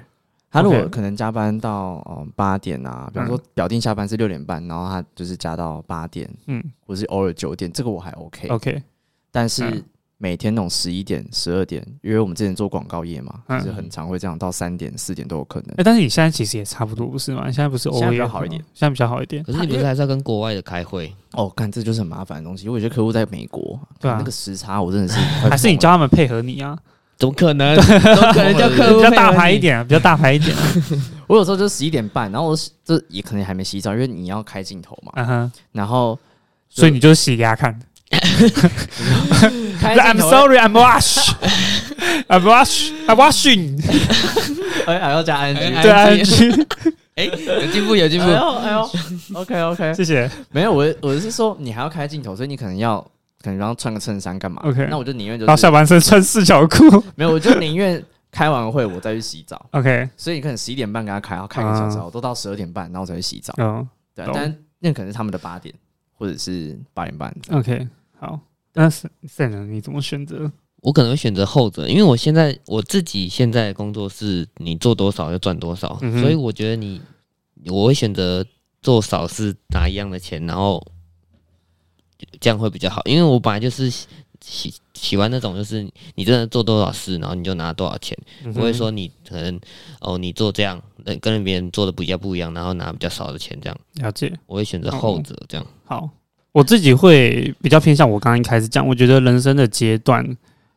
Speaker 1: 他如
Speaker 2: OK
Speaker 1: 果可能加班到嗯八点啊，比方说
Speaker 2: 嗯
Speaker 1: 表定下班是六点半，然后他就是加到八点，
Speaker 2: 嗯
Speaker 1: 或是偶尔九点，这个我还 OK。
Speaker 2: ，OK，
Speaker 1: 但是
Speaker 2: 哦嗯
Speaker 1: 每天那种十一点、十二点，因为我们之前做广告业嘛，就
Speaker 2: 嗯
Speaker 1: 是很常会这样，到三点、四点都有可能
Speaker 2: 哎、。但是你现在其实也差不多，不是吗？你现在不是偶
Speaker 1: 现在
Speaker 2: 尔
Speaker 1: 比较
Speaker 2: 也
Speaker 1: 好一点，
Speaker 2: 现在比较好一点。
Speaker 3: 可是你不是还是要跟国外的开会？
Speaker 1: 哦，干，这就是很麻烦的东西。我有些客户在美国，
Speaker 2: 对啊
Speaker 1: 那个时差我真的是
Speaker 2: 还是你叫他们配合你啊，
Speaker 3: 怎么可能？怎么可能叫客户
Speaker 2: 比较大
Speaker 3: 配合
Speaker 2: 牌
Speaker 3: 你
Speaker 2: 一？点、啊，比较大牌一点、啊。
Speaker 1: 我有时候就十一点半，然后我这也可能还没洗澡，因为你要开镜头嘛，
Speaker 2: 嗯哼，
Speaker 1: 然后
Speaker 2: 所以你就洗给他看。
Speaker 1: 开
Speaker 2: I'm
Speaker 1: 镜头
Speaker 2: sorry, I'm wash, I'm wash, I'm washing。
Speaker 1: 哎，还要加 ing，
Speaker 3: 哎
Speaker 2: 对啊
Speaker 3: 哎， 哎，有进步，有进步。
Speaker 1: 哎 呦，OK OK，
Speaker 2: 谢谢。
Speaker 1: 没有我我是说你还要开镜头，所以你可能要可能要穿个衬衫干嘛
Speaker 2: OK
Speaker 1: 那我就宁愿就
Speaker 2: 然后
Speaker 1: 是
Speaker 2: 下半身穿四角裤。
Speaker 1: 没有，我就宁愿开完会我再去洗澡，
Speaker 2: OK，
Speaker 1: 所以你可能十一点半给他开，然后开一个小时，
Speaker 2: 啊
Speaker 1: 我都到十二点半，然后我才去洗澡，
Speaker 2: 嗯
Speaker 1: 对，啊
Speaker 2: 懂
Speaker 1: 但那可能是他们的八点或者是八点半，
Speaker 2: ，OK，好。那 Sam，呢你怎么选择？
Speaker 3: 我可能会选择后者，因为我现在我自己现在的工作是你做多少就赚多少，
Speaker 2: 嗯哼
Speaker 3: 所以我觉得你我会选择做少是拿一样的钱，然后这样会比较好，因为我本来就是喜喜喜欢那种就是你真的做多少事，然后你就拿多少钱，
Speaker 2: 嗯
Speaker 3: 不会说你可能哦你做这样呃跟别人做的比较不一样，然后拿比较少的钱这样，
Speaker 2: 了解。
Speaker 3: 我会选
Speaker 2: 哦
Speaker 3: 择后者这样。
Speaker 2: 好，我自己会比较偏向我刚刚一开始讲，我觉得人生的阶段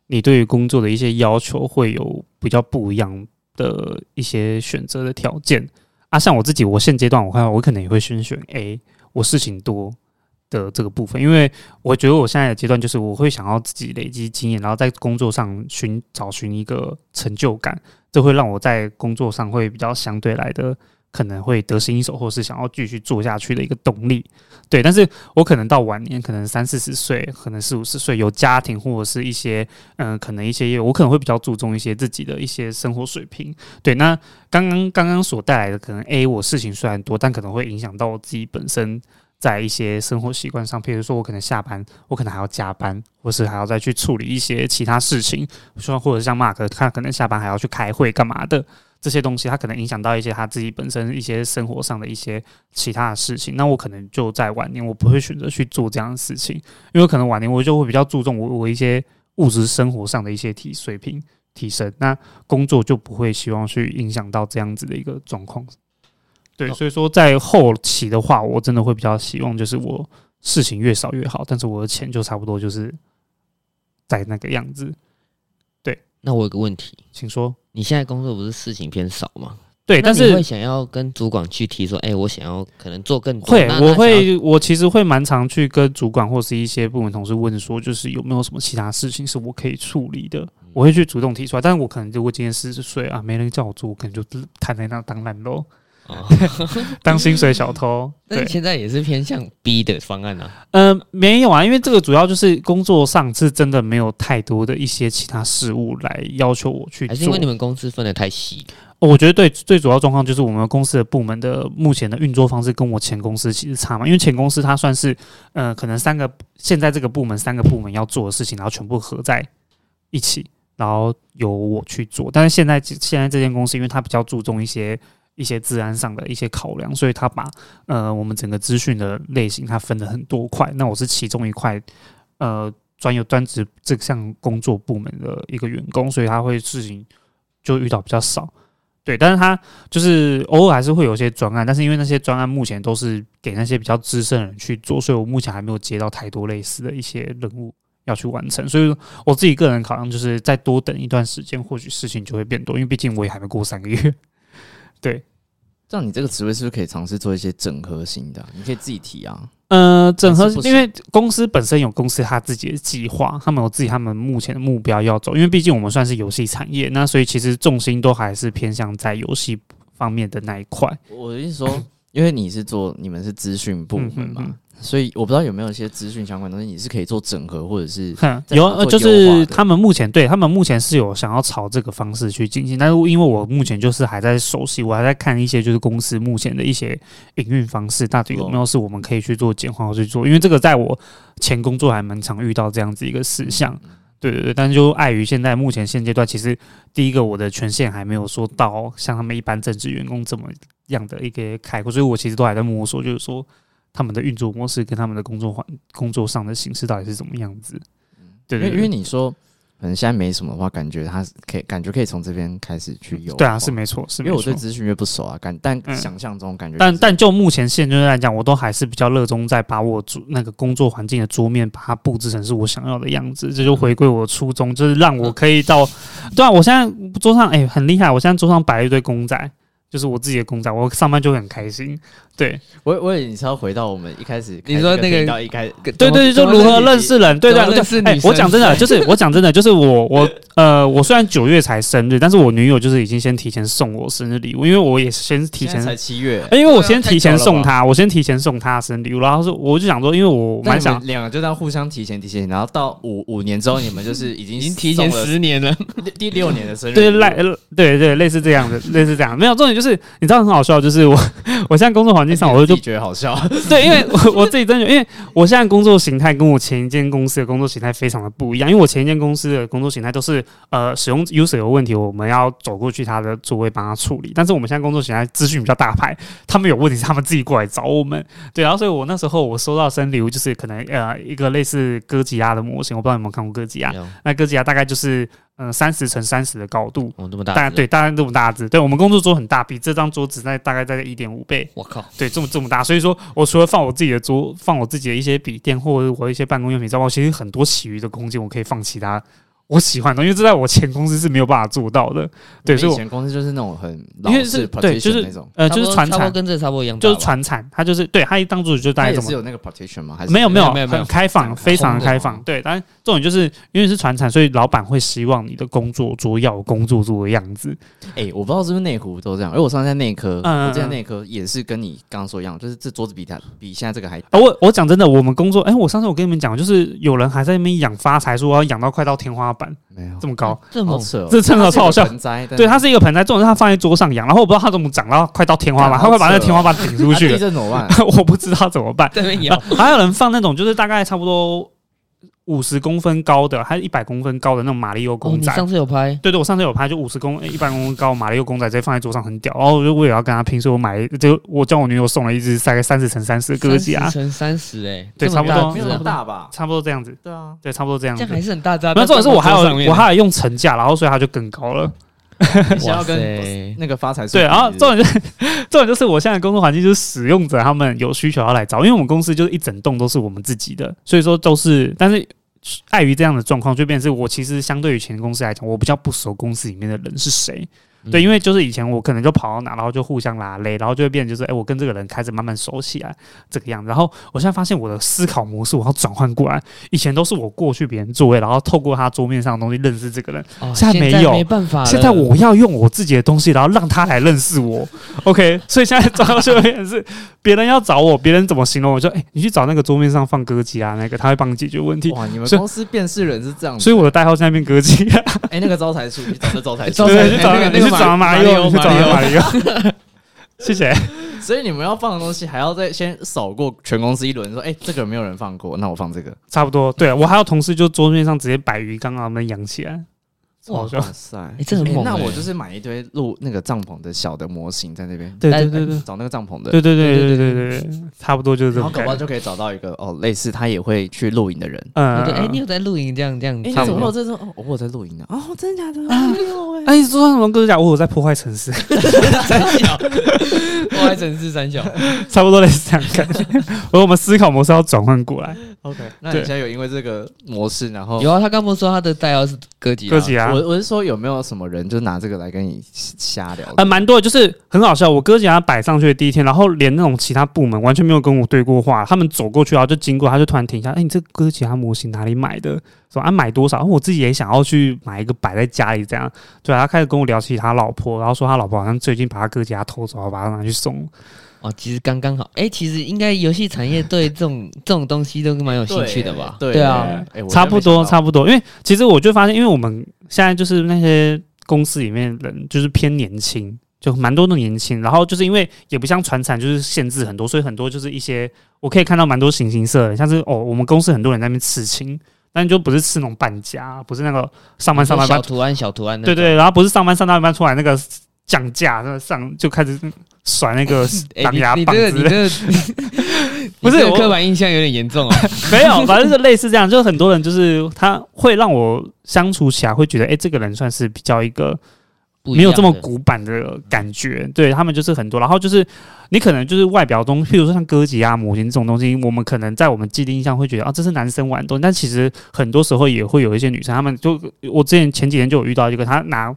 Speaker 2: 你对于工作的一些要求会有比较不一样的一些选择的条件啊。像我自己，我现阶段我看我可能也会先选 A，我事情多的这个部分，因为我觉得我现在的阶段就是我会想要自己累积经验，然后在工作上寻找寻一个成就感，这会让我在工作上会比较相对来的可能会得心应手，或是想要继续做下去的一个动力。对，但是我可能到晚年，可能三四十岁，可能四五十岁，有家庭或者是一些嗯、呃可能一些业务我可能会比较注重一些自己的一些生活水平。对，那刚刚刚刚所带来的可能 A，我事情虽然多，但可能会影响到我自己本身在一些生活习惯上，譬如说我可能下班，我可能还要加班，或是还要再去处理一些其他事情，说或者像 Mark 他可能下班还要去开会干嘛的。这些东西，他可能影响到一些他自己本身一些生活上的一些其他的事情，那我可能就在晚年我不会选择去做这样的事情，因为可能晚年我就会比较注重我我一些物质生活上的一些提水平提升，那工作就不会希望去影响到这样子的一个状况。对，
Speaker 3: 哦
Speaker 2: 所以说在后期的话，我真的会比较希望就是我事情越少越好，但是我的钱就差不多就是在那个样子，
Speaker 3: 那我有个问题，
Speaker 2: 请说。
Speaker 3: 你现在工作不是事情偏少吗？
Speaker 2: 对，
Speaker 3: 那
Speaker 2: 但
Speaker 3: 你
Speaker 2: 是
Speaker 3: 会想要跟主管去提说，哎、我想要可能做更多。
Speaker 2: 会
Speaker 3: 那，
Speaker 2: 我
Speaker 3: 那想要
Speaker 2: 会，我其实会蛮常去跟主管或是一些部门同事问说，就是有没有什么其他事情是我可以处理
Speaker 3: 嗯
Speaker 2: 的，我会去主动提出来。但是我可能如果今天四十岁啊，没人叫我做，我可能就躺在那当烂肉，
Speaker 3: 哦
Speaker 2: 当薪水小偷。
Speaker 3: 那
Speaker 2: 对
Speaker 3: 你，现在也是偏向 B 的方案啊。
Speaker 2: 呃，没有啊，因为这个主要就是工作上是真的没有太多的一些其他事物来要求我去
Speaker 3: 还是因
Speaker 2: 做
Speaker 3: 为你。们公司分得太细？
Speaker 2: 哦我觉得对最主要状况就是我们公司的部门的目前的运作方式跟我前公司其实差嘛，因为前公司它算是呃可能三个现在这个部门三个部门要做的事情，然后全部合在一起，然后由我去做。但是现在现在这间公司，因为它比较注重一些一些治安上的一些考量，所以它把呃我们整个资讯的类型它分了很多块，那我是其中一块呃专有专职这项工作部门的一个员工，所以他会事情就遇到比较少。对，但是他就是偶尔还是会有一些专案，但是因为那些专案目前都是给那些比较资深的人去做，所以我目前还没有接到太多类似的一些任务要去完成。所以我自己个人考量就是再多等一段时间，或许事情就会变多，因为毕竟我也还没过三个月。
Speaker 1: 这样你这个职位是不是可以尝试做一些整合型的啊、你可以自己提啊。
Speaker 2: 呃，整合
Speaker 1: 还是不行
Speaker 2: 因为公司本身有公司他自己的计划，他们有自己他们目前的目标要走，因为毕竟我们算是游戏产业，那所以其实重心都还是偏向在游戏方面的那一块。
Speaker 1: 我的意思说， 因为你是做你们是资讯部门嘛，
Speaker 2: 嗯嗯嗯
Speaker 1: 所以我不知道有没有一些资讯相关的东西，你是可以做整合或者是
Speaker 2: 哼，
Speaker 1: 在
Speaker 2: 有
Speaker 1: 做
Speaker 2: 呃，
Speaker 1: 优
Speaker 2: 就是
Speaker 1: 化的
Speaker 2: 他们目前对他们目前是有想要朝这个方式去进行，但是因为我目前就是还在熟悉，我还在看一些就是公司目前的一些营运方式，到底有没有是我们可以去做简化或去做，因为这个在我前工作还蛮常遇到这样子一个事项。
Speaker 1: 嗯
Speaker 2: 对对对，但就碍于现在目前现阶段，其实第一个我的权限还没有说到像他们一般正职员工这么样的一个开阔，所以我其实都还在摸索，就是说他们的运作模式跟他们的工作环工作上的形式到底是怎么样子。对
Speaker 1: 因为
Speaker 2: 对
Speaker 1: 因为
Speaker 2: 对，
Speaker 1: 你说可能现在没什么的话，感觉他可以感觉可以从这边开始去优化。
Speaker 2: 对啊，是没错，是
Speaker 1: 因
Speaker 2: 没
Speaker 1: 为我对
Speaker 2: 错。
Speaker 1: 资讯越不熟啊，感但
Speaker 2: 嗯
Speaker 1: 想象中感觉、
Speaker 2: 但但就目前现阶段来讲，我都还是比较热衷在把我主那个工作环境的桌面，把它布置成是我想要的样子。这就回归我的初衷，就是让我可以到，对啊，我现在桌上哎、很厉害，我现在桌上摆了一堆公仔，就是我自己的公仔，我上班就会很开心。对
Speaker 1: 我我以为你是要回到我们一开始开
Speaker 3: 你说
Speaker 1: 这
Speaker 3: 那个
Speaker 1: 频道一开
Speaker 2: 对对，就如何认？识人，对对
Speaker 3: 怎么
Speaker 2: 对
Speaker 3: 认识，
Speaker 2: 哎、
Speaker 3: 女生
Speaker 2: 我讲真的，就是我讲真的，就是我我呃，我虽然九月才生日，但是我女友就是已经先提前送我生日礼物，因为我也先提
Speaker 1: 现在
Speaker 2: 前
Speaker 1: 才七月，
Speaker 2: 欸因为我
Speaker 1: 对啊
Speaker 2: 先
Speaker 1: 太
Speaker 2: 提前
Speaker 1: 久了
Speaker 2: 送
Speaker 1: 吧
Speaker 2: 他，我先提前送他生日礼物，然后是我就想说，因为我
Speaker 1: 那
Speaker 2: 蛮
Speaker 1: 你
Speaker 2: 想
Speaker 1: 们两个就这样互相提前提前，然后到五五年之后，你们就是已经
Speaker 3: 已经提前
Speaker 1: 送了
Speaker 3: 十年了，
Speaker 1: 第第六年的生日，
Speaker 2: 对类呃对对类似这样的类似这样，没有重点就是你知道很好笑，就是我 我现在工作环境上我
Speaker 1: 自
Speaker 2: 就
Speaker 1: 己觉得好笑，
Speaker 2: 对，因为我我自己真的，因为我现在工作形态跟我前一间公司的工作形态非常的不一样，因为我前一间公司的工作形态都是呃使用 user 有问题，我们要走过去他的座位帮他处理，但是我们现在工作形态资讯比较大牌，他们有问题是他们自己过来找我们，对，然后所以我那时候我收到生日礼物就是可能呃一个类似哥吉拉的模型，我不知道你有没有看过哥吉拉，那哥吉拉大概就是嗯三十乘三十的高度。
Speaker 3: 我这么大，
Speaker 2: 大概，对，大概这么大只，对我们工作桌很大，比这张桌子那大概在一点五倍，
Speaker 3: 我靠，
Speaker 2: 对，这么这么大，所以说我除了放我自己的桌，放我自己的一些笔电或者我一些办公用品之外，我其实很多其余的空间我可以放其他我喜欢的，因为这在我前公司是没有办法做到的。 对，所以
Speaker 1: 以
Speaker 2: 我
Speaker 1: 前公司就是那种很老
Speaker 2: 因为
Speaker 1: 式
Speaker 2: 是对，就
Speaker 1: partition
Speaker 2: 是
Speaker 1: 那种，
Speaker 2: 呃，就是传
Speaker 3: 差不多
Speaker 2: 产，
Speaker 3: 跟这差不多一样大
Speaker 2: 就
Speaker 3: 吧，
Speaker 2: 是传产，它就是对它一当主就大
Speaker 1: 它
Speaker 2: 概
Speaker 1: 也
Speaker 2: 这
Speaker 1: 是
Speaker 2: 么
Speaker 1: 有那个 partition 吗？还是
Speaker 2: 没有没
Speaker 3: 没有没有
Speaker 2: 很开放，非常开放。对，但重点就是因为是传产，所以老板会希望你的工作桌要有工作桌的样子。
Speaker 1: 哎、我不知道是不是内湖都这样，因为我上次在内科，
Speaker 2: 嗯嗯
Speaker 1: 我记得内科也是跟你刚刚说一样，就是这桌子比它比现在这个还大
Speaker 2: 啊，我我讲真的，我们工作，哎、我上次我跟你们讲，就是有人还在那边养发财树，要养到快到天花板
Speaker 1: 没有
Speaker 2: 这么高，
Speaker 3: 这
Speaker 1: 好
Speaker 3: 么
Speaker 1: 扯、哦，
Speaker 2: 这真的超好笑
Speaker 1: 它是一个盆栽，
Speaker 2: 对，它是一个盆栽，重点是它放在桌上养，然后我不知道它怎么长到快到天花板，
Speaker 1: 干
Speaker 2: 它会把那
Speaker 1: 好
Speaker 2: 个
Speaker 1: 扯哦
Speaker 2: 天花板顶出
Speaker 1: 它
Speaker 3: 啊
Speaker 2: 去
Speaker 1: 地，震怎么办？
Speaker 2: 我不知道怎么办。
Speaker 3: 这边
Speaker 2: 啊还有人放那种就是大概差不多五十公分高的，还是一百公分高的那种马里奥
Speaker 3: 哦，
Speaker 2: 公
Speaker 3: 你
Speaker 2: 仔。
Speaker 3: 上次有拍，
Speaker 2: 对对，我上次有拍，就五十公一百公分高马里奥公仔，直接放在桌上很屌。然后我就我也要跟他拼，所以我买就我叫我女友送了一只大概三十乘三十的哥吉
Speaker 3: 30
Speaker 2: 拉，
Speaker 3: 乘三十哎，
Speaker 2: 对
Speaker 3: 这么
Speaker 2: 差不多
Speaker 1: 没
Speaker 3: 只
Speaker 1: 有
Speaker 3: 啊
Speaker 1: 那么大吧？
Speaker 2: 差不多这样子，
Speaker 1: 对啊，
Speaker 2: 对，差不多这样
Speaker 3: 这
Speaker 2: 子
Speaker 3: 样。还是很大只啊。
Speaker 2: 然后重点是我还
Speaker 3: 放到桌上面
Speaker 2: 有我还有用成架，然后所以它就更高了。
Speaker 1: 你想要
Speaker 3: 哇
Speaker 1: 跟
Speaker 3: 塞
Speaker 1: 那个发财树
Speaker 2: 嗯对，啊然后
Speaker 1: 比
Speaker 2: 重点就是重点就是我现在的工作环境就是使用者他们有需求要来找，因为我们公司就是一整栋都是我们自己的，所以说都是，但是碍于这样的状况，就变成是我其实相对于前公司来讲，我比较不熟公司里面的人是谁。
Speaker 3: 嗯
Speaker 2: 对，因为就是以前我可能就跑到哪，然后就互相拉勒，然后就会变成就是，哎、我跟这个人开始慢慢熟起来这个样子。然后我现在发现我的思考模式我要转换过来，以前都是我过去别人座位，然后透过他桌面上的东西认识这个人，
Speaker 3: 哦
Speaker 2: 现在没有
Speaker 3: 没办法了。
Speaker 2: 现在我要用我自己的东西，然后让他来认识我。OK，所以现在找到就变成是别人要找我，别人怎么形容我就哎、你去找那个桌面上放歌姬啊，那个他会帮你解决问题。
Speaker 1: 哇，你们
Speaker 2: 所以
Speaker 1: 公司辨识人是这样子，
Speaker 2: 所以我的代号在那边歌姬啊，
Speaker 1: 哎、那个招财树，你找这招财树，
Speaker 3: 招财
Speaker 2: 对，
Speaker 3: 树
Speaker 2: 去找
Speaker 3: 哎那个
Speaker 2: 你去找马里奥，
Speaker 3: 那个马里奥
Speaker 2: 你去找马里奥。谢谢。
Speaker 1: 所以你们要放的东西还要再先扫过全公司一轮，说，哎、这个没有人放过，那我放这 个。
Speaker 2: 差不多，对我还有同事就桌面上直接摆鱼缸，让他们养起来。
Speaker 1: 哇
Speaker 2: 好笑
Speaker 1: 塞，
Speaker 3: 哎这很
Speaker 1: 哎
Speaker 3: 猛
Speaker 1: 那
Speaker 3: 哎
Speaker 1: 我就是买一堆露那个帐篷的小的模型在那边，
Speaker 2: 对
Speaker 3: 但
Speaker 2: 对对对
Speaker 1: 找那个帐篷的，
Speaker 2: 对对对对对对对，差不多就是这
Speaker 1: 然后
Speaker 2: 种
Speaker 1: 搞
Speaker 2: 感
Speaker 1: 不好
Speaker 2: 觉。
Speaker 1: 就可以找到一个哦，类似他也会去露营的人。
Speaker 2: 嗯，
Speaker 3: 我就哎，
Speaker 2: 嗯
Speaker 3: 你有在露营这样这样
Speaker 1: 哎、
Speaker 3: 差
Speaker 1: 你怎
Speaker 3: 不
Speaker 1: 么会有
Speaker 3: 多
Speaker 1: 这种？哦，我有在露营呢、哦，真的假的？啊、
Speaker 2: 嗯哎，桌上什么歌姬啊？我有在破坏城市。
Speaker 3: 三小， 我还真是三小。
Speaker 2: 差不多类似这样感觉。而我们思考模式要转换过来，
Speaker 1: OK，那你
Speaker 2: 对
Speaker 1: 现在有因为这个模式，然后
Speaker 3: 有啊，他刚不是说他的代号是哥吉拉
Speaker 2: 哥吉拉
Speaker 1: 我我是说有没有什么人就拿这个来跟你瞎聊的？
Speaker 2: 呃蛮多的，就是很好笑。我哥吉拉摆上去的第一天，然后连那种其他部门完全没有跟我对过话，他们走过去然后就经过，他就突然停下，哎、你这哥吉拉模型哪里买的？说啊买多少？哦我自己也想要去买一个摆在家里这样。对啊，他开始跟我聊起他老婆，然后说他老婆好像最近把他哥吉拉偷走，然后把他拿去送。
Speaker 3: 哦，其实刚刚好。哎、其实应该游戏产业对这种 这种东西都蛮有兴趣的吧？
Speaker 1: 对
Speaker 3: 啊，，
Speaker 1: 哎我
Speaker 2: 差
Speaker 1: 真
Speaker 2: 不
Speaker 1: 的
Speaker 2: 多，
Speaker 1: 没想到
Speaker 2: 差不多。因为其实我就发现，因为我们现在就是那些公司里面人就是偏年轻，就蛮多都年轻。然后就是因为也不像传产，就是限制很多，所以很多就是一些我可以看到蛮多形形色色，像是哦，我们公司很多人在那边刺青，但就不是刺那种半价，不是那个上班上班
Speaker 3: 小
Speaker 2: 班，
Speaker 3: 图案小图案那
Speaker 2: 对
Speaker 3: 种，
Speaker 2: 对，然后不是上班上班班出来那个降价，那个上就开始甩那个
Speaker 3: 哎、
Speaker 2: 挡牙
Speaker 3: 你你
Speaker 2: 棒
Speaker 3: 这个
Speaker 2: 之
Speaker 3: 你
Speaker 2: 类，
Speaker 3: 这个
Speaker 2: 不是
Speaker 3: 你这个
Speaker 2: 我
Speaker 3: 刻板印象有点严重哦。
Speaker 2: 没有，反正就类似这样，就很多人就是他会让我相处起来会觉得，哎、这个人算是比较一个
Speaker 3: 不 一
Speaker 2: 没有这么
Speaker 3: 样的嗯
Speaker 2: 古板的感觉。对他们就是很多，然后就是你可能就是外表中，譬如说像哥吉拉模型这种东西，我们可能在我们既定印象会觉得啊，这是男生玩的东西，但其实很多时候也会有一些女生，她们就我之前前几天就有遇到一个，她拿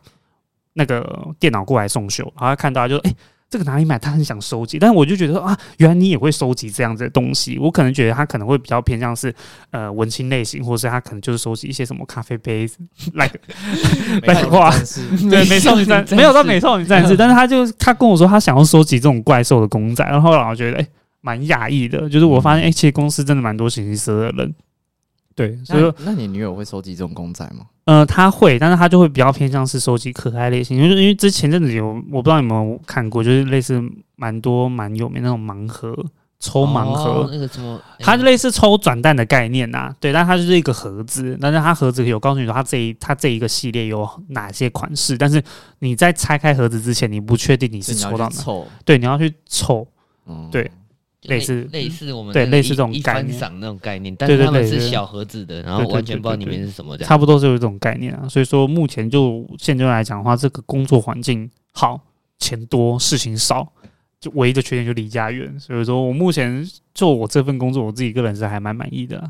Speaker 2: 那个电脑过来送修，然后她看到她就哎。诶这个哪里买？她很想收 集，但我就觉得说啊，原来你也会收集这样子的东西。我可能觉得她可能会比较偏向是呃文青类型，或者是她可能就是收集一些什么咖啡杯，like
Speaker 1: 没想到
Speaker 2: 哇
Speaker 1: 真是
Speaker 2: 对，美少女 战士没有到美少女战士，但是他就他跟我说他想要收集这种怪兽的公仔，然后让我觉得哎蛮讶异的，就是我发现哎、其实公司真的蛮多形形色色的人，对，所以说
Speaker 1: 那那你女友会收集这种公仔吗？
Speaker 2: 呃他会，但是他就会比较偏向是收集可爱类型，因为因为之前阵子有我不知道有没有看过，就是类似蛮多蛮有名那种盲盒抽盲盒，
Speaker 3: 哦那个什么，
Speaker 2: 它
Speaker 3: 哎
Speaker 2: 就类似抽转蛋的概念呐、对，但它就是一个盒子，但是它盒子有告诉你说它这一它这一个系列有哪些款式，但是你在拆开盒子之前，你不确定你是
Speaker 1: 你
Speaker 2: 抽
Speaker 1: 要
Speaker 2: 到
Speaker 1: 去
Speaker 2: 哪，
Speaker 1: 凑，
Speaker 2: 对，你要去抽，
Speaker 1: 嗯
Speaker 2: 对
Speaker 3: 就类
Speaker 2: 类似
Speaker 3: 类似我们
Speaker 2: 对
Speaker 3: 那个
Speaker 2: 类似这种
Speaker 3: 一一
Speaker 2: 概
Speaker 3: 番
Speaker 2: 念
Speaker 3: 赏那种概念，但
Speaker 2: 对
Speaker 3: 是
Speaker 2: 对
Speaker 3: 他们
Speaker 2: 对
Speaker 3: 是
Speaker 2: 对
Speaker 3: 小盒子的，然后
Speaker 2: 对对
Speaker 3: 完全
Speaker 2: 对
Speaker 3: 不知道
Speaker 2: 对
Speaker 3: 里
Speaker 2: 对
Speaker 3: 面是什么这样。
Speaker 2: 差不多是有这种概念啊。所以说，目前就现阶段来讲的话，这个工作环境好，钱多，事情少，就唯一的缺点就离家远。所以说我目前就我这份工作，我自己个人是还蛮满意的啊、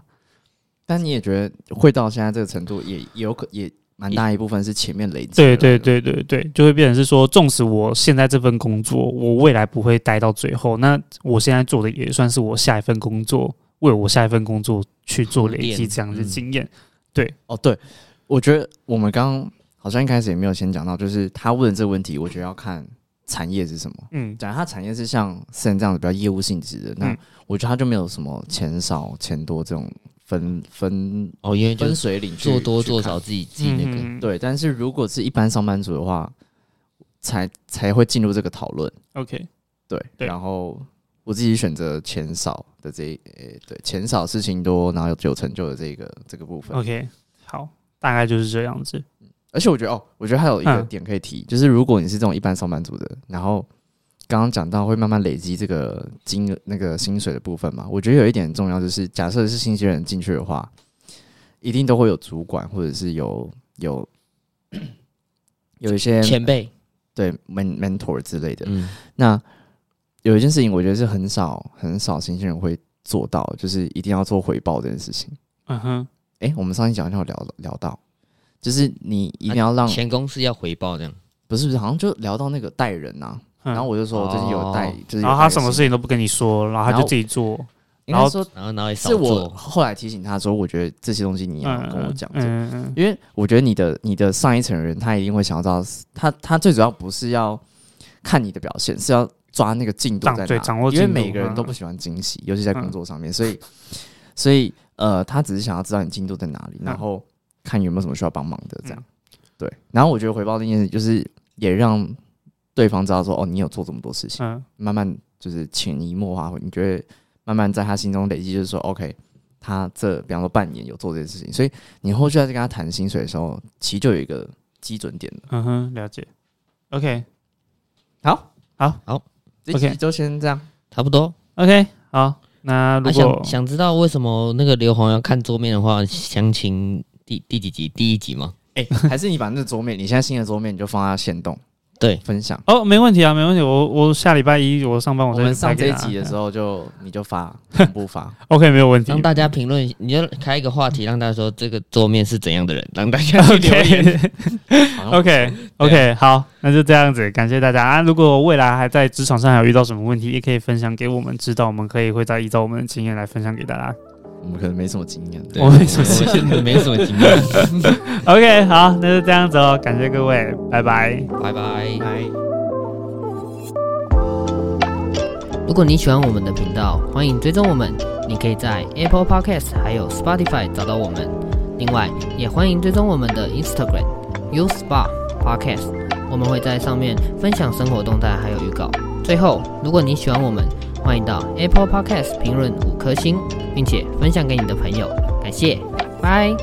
Speaker 1: 但你也觉得会到现在这个程度也，也有可也蛮大一部分是啊前面累积。
Speaker 2: 对对，对对对，就会变成是说，纵使我现在这份工作，我未来不会待到最后，那我现在做的也算是我下一份工作，为我下一份工作去做累积
Speaker 3: 练
Speaker 2: 这样的
Speaker 1: 嗯
Speaker 2: 经验。
Speaker 1: 哦对，我觉得我们刚刚好像一开始也没有先讲到，就是他问的这个问题，我觉得要看产业是什么。
Speaker 2: 嗯，
Speaker 1: 假如他产业是像现这样子比较业务性质的，那
Speaker 2: 嗯
Speaker 1: 我觉得他就没有什么钱少钱多这种分分
Speaker 3: 哦，因为就
Speaker 1: 分
Speaker 3: 是
Speaker 1: 水岭去
Speaker 3: 做多
Speaker 1: 去
Speaker 3: 做
Speaker 1: 看
Speaker 3: 少自己自己那个，
Speaker 2: 嗯、
Speaker 1: 对，但是如果是一般上班族的话，才才会进入这个讨论。
Speaker 2: ，OK，
Speaker 1: 对，
Speaker 2: 对
Speaker 1: 然后我自己选择钱少的这一，诶、对，钱少事情多，然后有有成就的这个这个部分。
Speaker 2: OK，好，大概就是这样子。
Speaker 1: 而且我觉得哦，我觉得还有一个
Speaker 2: 嗯
Speaker 1: 点可以提，就是如果你是这种一般上班族的，然后刚刚讲到会慢慢累积这个金额那个薪水的部分嘛，我觉得有一点很重要，就是假设是新鲜人进去的话，一定都会有主管或者是有有有一些
Speaker 3: 前辈，
Speaker 1: 对 men- mentor 之类的。
Speaker 3: 嗯，
Speaker 1: 那有一件事情，我觉得是很少很少新鲜人会做到，就是一定要做回报这件事情。
Speaker 2: 嗯哼，
Speaker 1: 诶，我们上一讲就有聊聊到，就是你一定
Speaker 2: 啊
Speaker 1: 要让、
Speaker 3: 前公司要回报这样，
Speaker 1: 不是不是，好像就聊到那个带人呐、啊
Speaker 2: 嗯
Speaker 1: 然后我就说，我最近有带，
Speaker 3: 哦
Speaker 1: 就是有
Speaker 2: 然后他
Speaker 1: 带
Speaker 2: 什么
Speaker 1: 新
Speaker 2: 事情都不跟你说，然后他
Speaker 1: 然
Speaker 2: 就
Speaker 1: 后
Speaker 2: 自己做。
Speaker 1: 应该
Speaker 2: 然后
Speaker 1: 说
Speaker 3: 然后然后也少
Speaker 1: 是我
Speaker 3: 做，
Speaker 1: 后来提醒他说，我觉得这些东西你要
Speaker 2: 嗯
Speaker 1: 跟我讲，这个
Speaker 2: 嗯嗯
Speaker 1: 因为我觉得你的你的上一层人，他一定会想要知道，他他最主要不是要看你的表现，是要抓那个进度
Speaker 2: 掌
Speaker 1: 在
Speaker 2: 对
Speaker 1: 哪，
Speaker 2: 掌握
Speaker 1: 因为
Speaker 2: 进度嗯
Speaker 1: 每个人都不喜欢惊喜，尤其在工作上面，所以所以呃，他只是想要知道你进度在哪里，
Speaker 2: 嗯
Speaker 1: 然后看有没有什么需要帮忙的这样。
Speaker 2: 嗯
Speaker 1: 对，然后我觉得回报这件事，就是也让对方知道说，哦，你有做这么多事情，
Speaker 2: 嗯
Speaker 1: 慢慢就是潜移默化，你觉得慢慢在他心中累积，就是说，OK，他这比方说半年有做这件事情，所以你后续再跟他谈薪水的时候，其实就有一个基准点了。
Speaker 2: 嗯哼，了解。OK
Speaker 1: 好，
Speaker 2: 好，
Speaker 3: 好，
Speaker 1: 这
Speaker 2: OK
Speaker 1: 期就先这样。
Speaker 3: 差不多。
Speaker 2: OK，好，那如果
Speaker 3: 啊、想想知道为什么那个硫磺要看桌面的话，详情第第几集？第一集吗？
Speaker 1: 哎、还是你把那桌面，你现在新的桌面你就放在线动
Speaker 3: 对，
Speaker 1: 分享。
Speaker 2: 哦，没问题啊，没问题。我我下礼拜一我上班，我
Speaker 1: 我
Speaker 2: 再
Speaker 1: 们上这一集的时候就你就发同步发，
Speaker 2: 候，OK，没有问题
Speaker 3: 让。大家评论，你就开一个话题，让大家说这个桌面是怎样的人，让大家去留言。
Speaker 2: OK
Speaker 1: 好像
Speaker 2: OK OK，好，那就这样子，感谢大家啊！如果未来还在职场上还有遇到什么问题，也可以分享给我们知道，我们可以会再依照我们的经验来分享给大家。
Speaker 1: 我们可能没什么经验。
Speaker 3: 对
Speaker 2: 我没什么
Speaker 3: 我们没什么经验，
Speaker 2: OK，好，那就这样子哦，感谢各位，拜拜。
Speaker 3: 拜拜。
Speaker 1: 拜。
Speaker 3: 如果你喜欢我们的频道，欢迎追踪我们。你可以在 Apple Podcast 还有 Spotify 找到我们。另外，也欢迎追踪我们的 Instagram U Spa Podcast，我们会在上面分享生活动态还有预告。最后，如果你喜欢我们，欢迎到 Apple Podcast 评论五颗星，并且分享给你的朋友。感谢，拜。